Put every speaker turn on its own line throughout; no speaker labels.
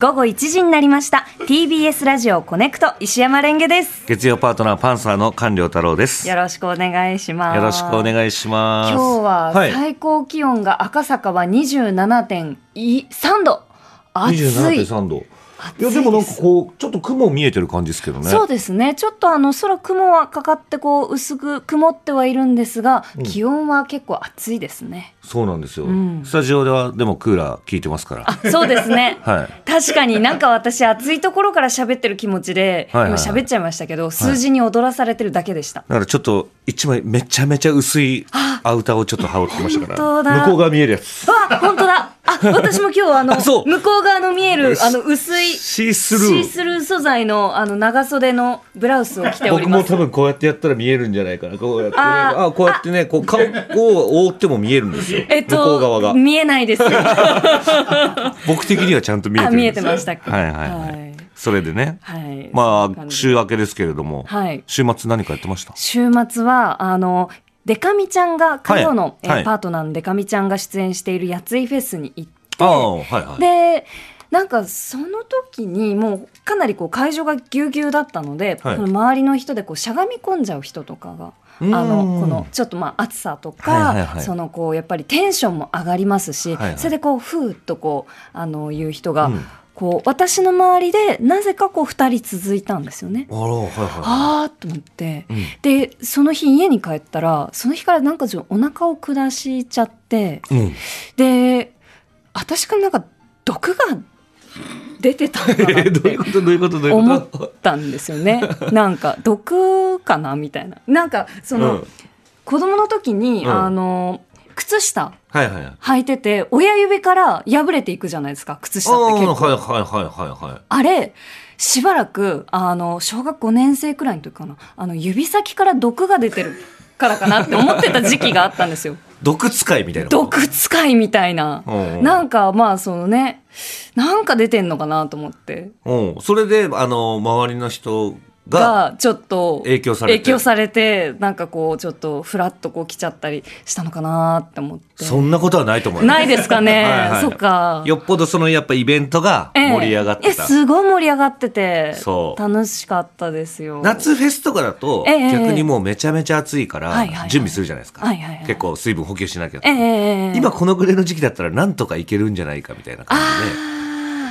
午後1時になりました TBS ラジオコネクト石山レンゲです
月曜パートナーパンサーの官僚太郎です。
よ
よ
ろしくお願いします
ろしくお願いします。
今日はい最高気温が赤坂は27.3度暑い
27.3度。いやでもなんかこうちょっと雲見えてる感じですけどね。
そうですねちょっとあの空雲はかかってこう薄く曇ってはいるんですが、気温は結構暑いですね
そうなんですよ、
うん
スタジオではでもクーラー効いてますから。
そうです ね
はい。
確かになんか私暑いところから喋ってる気持ちで
はい
今
はいはい
喋っちゃいましたけど数字に踊らされてるだけでした、
だからちょっと一枚めちゃめちゃ薄いアウターをちょっと羽織ってきましたか
本当
ら。
だ
向こうが見えるやつ。
あ本当だ あ私も今日あの
あそう
向こう側の見えるあの薄いシ
シースルー。
ースルー素材のあの長袖のブラウスを着ており
僕
ま
も
す
多分こうやってやったら見えるんじゃないかな。こうやってね、
あー
あこうやってね、こう顔を覆っても見えるんですよ。
えっ
向こう側
と
が。
見えないですあ
僕的にはちゃんと見えてるん
見え
です
てましたか
はいはいはい。それでね、
はいはい
ま
そんな
あ
感じ
週明けですけれども、
はい
週末何かやってました。
週末はあのデカミちゃんが火曜の、えー
はい
パートナーのデカミちゃんが出演しているやついフェスに行って
ああはいはい。
でなんかその時にもうかなりこう会場がぎゅうぎゅうだったので、
はい
この周りの人でこうしゃがみ込んじゃう人とかが。あ
うん
のこのちょっとまあ暑さとか、
はいはいはい
そのこうやっぱりテンションも上がりますし、
はいはい
それでこうふーっとこうあのいう人が、
うん
こう私の周りでなぜかこう2人続いたんですよね。
あらはいは
あーと思って、
い。うん
でその日家に帰ったらその日からなんかちょっとお腹を下しちゃって。
うん、
で私からなんか毒が出てたんだなっ
え どう
て
いうことどういうことどうい
思
う
っ
こと。
たんですよ ねなんか毒かなみたいななんかその、
うん
子供の時に、
うん
あの靴下
はいはいはい。
履いてて親指から破れていくじゃないですか靴
あ
下って
あはい
結構
はいはいはいはい。
あれしばらくあの小学5年生くらいの時かなあの指先から毒が出てるからかなって思ってた時期があったんですよ
毒使いみたいなこと。
毒使いみたいな。
うんうん
なんかまあそのねなんか出てんのかなと思って
うん、それであの周りの人が
がちょっと
影響されて
影響されてなんかこうちょっとフラッとこう来ちゃったりしたのかなって思って
そんなことはないと思うよ
ないですかね
はいはい
そっか
よっぽどそのやっぱイベントが
ええ
盛り上がっ
いや
てた、
すごい盛り上がってて
そう
楽しかったですよ
夏フェスとかだと
ええ
逆にもうめちゃめちゃ暑いか
は
ら
いはいはい
準備するじゃないですか、
はいはいはい
結構水分補給しなきゃ、
ええええええ
今このぐらいの時期だったらなんとかいけるんじゃないかみたいな感じで
ああ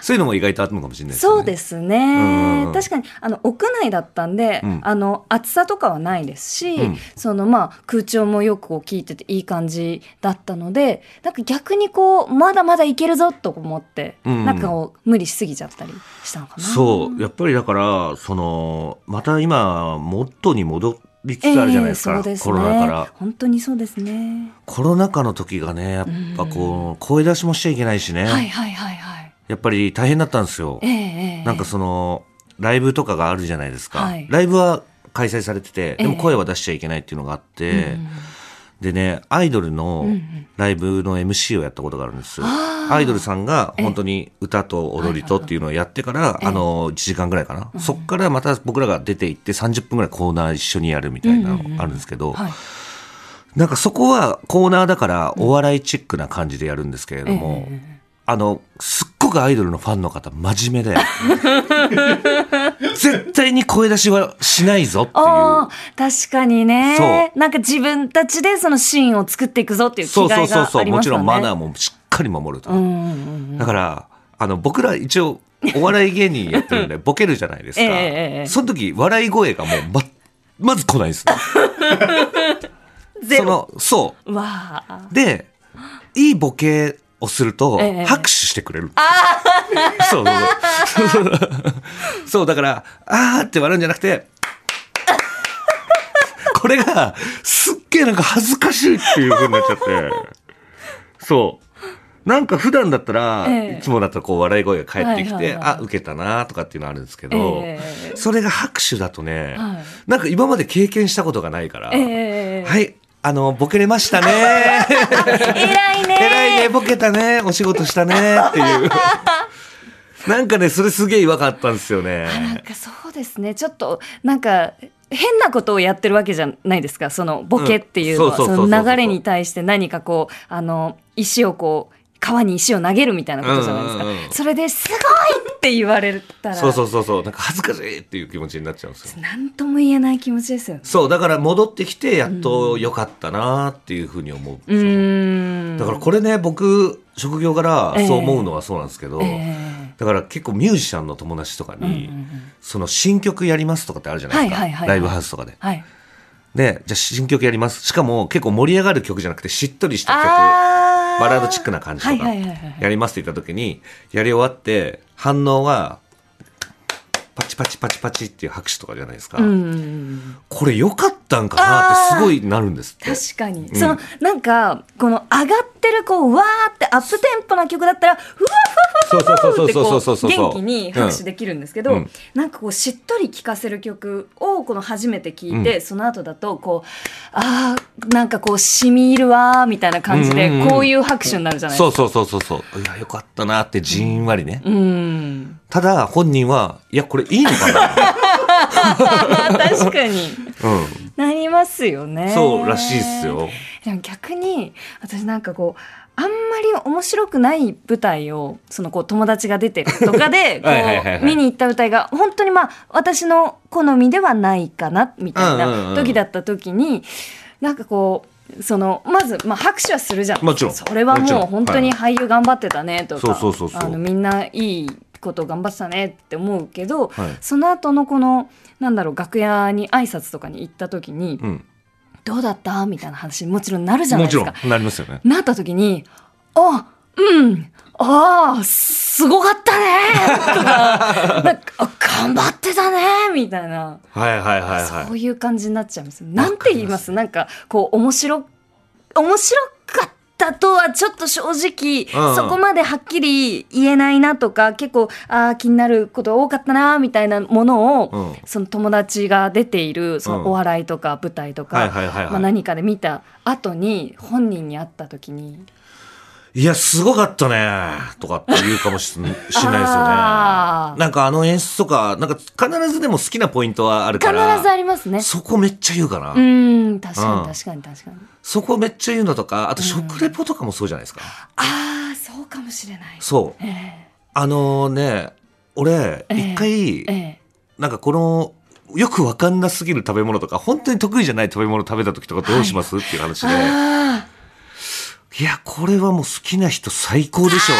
そういうのも意外とあったのかもしれないですね
そうです
うんうんう
ね
ん
確かにあの屋内だったんで、
うん
あの暑さとかはないですし、
うん
そのまあ空調もよくこう効いてていい感じだったのでなんか逆にこうまだまだいけるぞと思って、
うん
なんかこう無理しすぎちゃったりしたのかな。
そうやっぱりだからそのまた今元に戻りつ
ええ
つあるじゃないですか、
そうです
コロナから
ね、本当にそうですね。
コロナ禍の時がねやっぱこう声出しもしちゃいけないしね、
はいはいはいはい。
やっぱり大変だったんですよ
ええええ
なんかそのライブとかがあるじゃないですか、
はい
ライブは開催されててでも
ええ
声は出しちゃいけないっていうのがあって、でねアイドルの
うんうん
ライブの MC をやったことがあるんです、
あー
アイドルさんが本当に歌と踊りとっていうのをやってから、
ええ
あの1時間ぐらいかな、そっからまた僕らが出て行って30分ぐらいコーナー一緒にやるみたいな
うんうんう
の
ん
あるんですけど、
はい、
なんかそこはコーナーだからお笑いチックな感じでやるんですけれども、
ええ
あの、すっごくアイドルのファンの方、真面目で。 絶対に声出しはしないぞって
あ
い。
あ確かにねなんか自分たちでそのシーンを作っていくぞっていうう気
そうそ
概
うそう
が
そ
あ
う。
り
も
ま
ち
す
ろ
よ
ん
ね
マナーもしっかり守ると。
うんうんうん
だから、あの、僕ら一応、お笑い芸人やってるんで、 ボケるじゃないですか。
ええええ
その時、笑い声がもう、ま、まず来ないですね。
ゼ
そ
ロ
の、そ
わあ
う。で、いいボケをすると
ええ、
拍手してくれる。 そうそうそう そう、だから、あーって笑うんじゃなくて、これが、すっげえなんか恥ずかしいっていう風になっちゃって、そう。なんか普段だったら、
ええ
いつもだったらこう笑い声が返ってきて、
はいはいはい
あ、受けたなとかっていうのあるんですけど、
ええ
それが拍手だとね、
はい
なんか今まで経験したことがないから、
ええ
はい、あの、ボケれましたね
偉いね
偉いね、ボケたね、お仕事したね、って いう。なんかね、それすげえ違和感あったんですよ
なん
ね。
かそうですねちょっとなんか変なことをやってるわけじゃないですかそのボケっていうのは
うんそうそうそうそ
そうの流れに対して何かこうあの意思をこう川に石を投げるみたいなことじゃないですか、
うんうんうん
それですごいって言われたら
そうそうそうそうなんか恥ずかしいっていう気持ちになっちゃうんですよ
なんとも言えない気持ちですよね
そうだから戻ってきてやっと良かったなっていうふうに思う、
うーん
だからこれね僕職業柄
ええ
そう思うのはそうなんですけど、
ええ
だから結構ミュージシャンの友達とかに、
うんうんうん
その新曲やりますとかってあるじゃないですか、
はいはいはいはい
ライブハウスとかで。
はい
でじゃあ新曲やりますしかも結構盛り上がる曲じゃなくてしっとりした曲
あー
バラードチックな感じとか
はいはいはいはい
やりますって言った時にやり終わって反応はパチパチパチパチっていう拍手とかじゃないですか、
うん
これ良かったんかなってすごいなるんですって。
確かに、
ん
そのなんかこの上がってるこうわーってアップテンポな曲だったらうわ
そうそうそ
ふ
うそう
っ
う
て
そ
こ
うそうそうう
元気に拍手
で、
できるんですけど、
うん
なんかこうしっとり聴かせる曲をこの初めて聴いて、その後だとこうあーなんかこう染み入るわーみたいな感じ
うんうんう
で
ん
こういう拍手になるじゃ
う
な
ん
い
そ
で
う
すか。
そうそうそうそういや良かったなってじんわりね、
うん、
ただ本人はいやこれいいのかな、
確かに
う
なりますよね。
ん、そうらしいっすよ。
でも逆に私なんかこうあんまり面白くない舞台をそのこう友達が出てるとかでこ
はいはいはいはいう
見に行った舞台が本当にまあ私の好みではないかなみたい
うんうん
な
う
ん時だった時になんかこうそのまず、まあ、拍手はするじゃん
もちろん
それは
もちろ
も
ん
う本当に俳優頑張ってたねと
そう
か
そうそうそう
あのみんないいこと頑張ってたねって思うけど、
はい
その後のこのなんだろう楽屋に挨拶とかに行った時に、
うん、
どうだったみたいな話にもちろんなるじゃないで
もち
す
ろ
か。
んなりますよね。
なった時に、あ、うん、ああ、すごかったね とか、なんか、あ頑張ってたねみたいな、
はいはいはいはい
そ。ういう感じになっちゃいます。なんて言いま
わかります
すなんか、こう、面白、面白かったとはちょっと正直、
うんうん
そこまではっきり言えないなとか、結構、ああ、気になること多かったなみたいなものを、
うん
その友達が出ている、そ
うん
のお笑いとか舞台とか、
はいはいはい
まあ、
はい。
何かで見た後に本人に会った時に
いや、すごかったねとかって言うかもししれないですよね。
あー
なんかあの演出とか、なんか必ずでも好きなポイントはある
必
か
ず
ら、
ありますね。
そこめっちゃ言うかな、
うん確か
うん
に確かに確かに。
そこめっちゃ言うのとか、あと
うん
食レポとかもそうじゃないですか。
ああそうかもしれない。
そう。
ええ
あのね、俺、
ええ
一回、
ええ
なんかこの、よくわかんなすぎる食べ物とか、本当に得意じゃない食べ物食べた時とかどうします、っていう話で、
ああ
いや、これはもう好きな人最高でしょ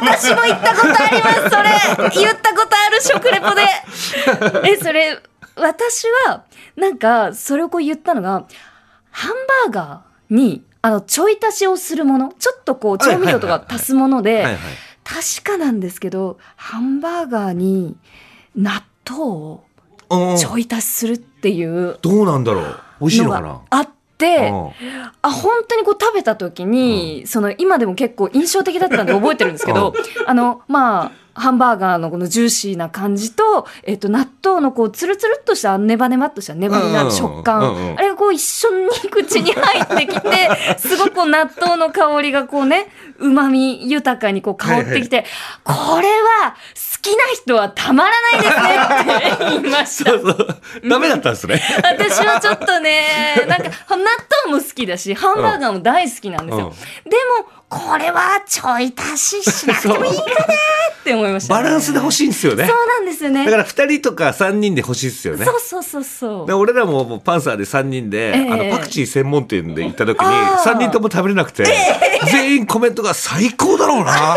うね。
私も言ったことありますそれ言ったことある食レポ で。えそれ私はなんかそれをこう言ったのがハンバーガーにあのちょい足しをするものちょっとこう調味料とか足すもので。
はいはい。
確かなんですけどハンバーガーに納豆を
うんうん
ちょい足しするっていう
どうなんだろう美味しい
の
のかな
があって
うん
あ本当にこう食べた時に、その今でも結構印象的だったんで覚えてるんですけ ど、あのまあハンバーガーのこのジューシーな感じと、えっと、納豆のこうつるつるっとしたネバネバっとしたネバネバの食感、
うんうんうん
あれがこう一緒に口に入ってき てすごくこう納豆の香りがこうねうまみ豊かにこう香ってきて、これは好きな人はたまらないですねって言いました。
ダメだったんですね。
私はちょっとね、なんか、納豆も好きだし、ハンバーガーも大好きなんですよ。
うん
でも、これはちょい足ししなくてもいいかなって思いました、
バランスで欲
い、
しいんですよね
そ。うなんですよね。
だから二人とか三人で欲しいですよね。
そうそうそうそう
で。俺らももうパンサーで3人で、
ええ
あのパクチー専門店で行った時に
あー
3人とも食べれなくて、全員コメントが「最高だろうな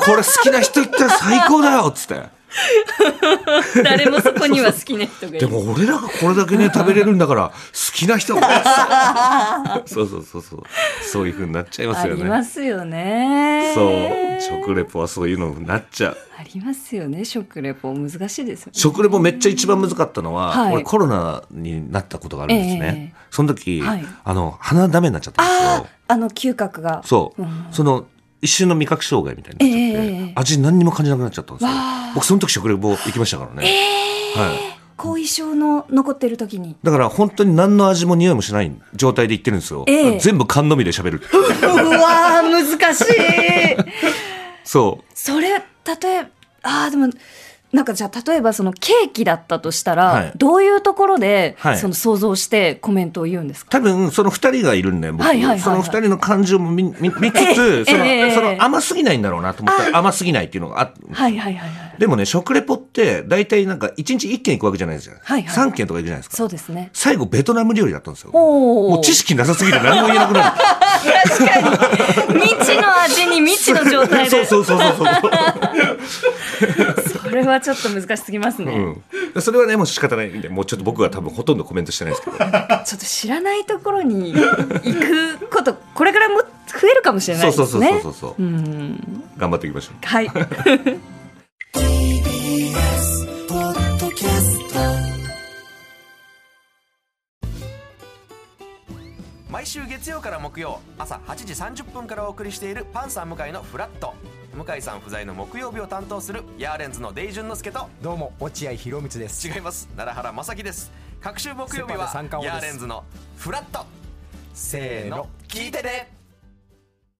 これ好きな人行ったら最高だよ」っつって
誰もそこには好きな人がい
で
る。
も俺らがこれだけね食べれるんだから好きな人が そうそうそうそうそういう風になっちゃいます
あ
よ
り
ね。
ますよね。
そう食レポはそういうのになっちゃう
ありますよね。食レポ難しいですよね。
食レポめっちゃ一番難かったのは、
はい
俺コロナになったことがあるんですね、その時、
はい
あの鼻ダメになっちゃったん
あ
で
あ、あの嗅覚が。
すよそう、
うん
その一瞬の味覚障害みたいになっちゃって、
ええ
味何にも感じなくなっちゃったんですよ
わあ
僕その時食レポ行きましたからね、はい、
後遺症の残ってる時に。
だから本当に何の味も匂いもしない状態で行ってるんですよ、
ええ
全部缶のみで喋る
うわー難しい。
そう
それ例えあーでもなんかじゃあ例えばそのケーキだったとしたら、
はい
どういうところで、
はい
その想像してコメントを言うんですか、
多分その二人がいるんだよ僕、
はいはいはいはい
その二人の感情も見見見つつ、
え
その
ええ
その甘すぎないんだろうなと思ったら甘すぎないっていうのがあっ
はいはいはいはい
でもね食レポって大体なんか一日一軒行くわけじゃないですよ、
はいはい
三軒とか行くじゃないですか
そうですね
最後ベトナム料理だったんですよ
おー
もう知識なさすぎて何も言えなく なる
確かに未知の味に未知の状態
そう
で
そうそうそうそう
それはちょっと難しすぎますね、
うん、それはねもう仕方ないんでもうちょっと僕は多分ほとんどコメントしてないですけど
ちょっと知らないところに行くことこれからも増えるかもしれないです
そ
ね
うそうそうそうそう、
うん
頑張っていきましょう
はい
TBS ポッドキャスト
毎週月曜から木曜朝8時30分からお送りしているパンサー向井のフラット向井さん不在の木曜日を担当するヤーレンズのデイジュンの之介と
どうも落合博満です
違います奈良原正樹です各週木曜日は
セパで三冠王
ヤー
です
レンズのフラット
せ
せーの聞いてね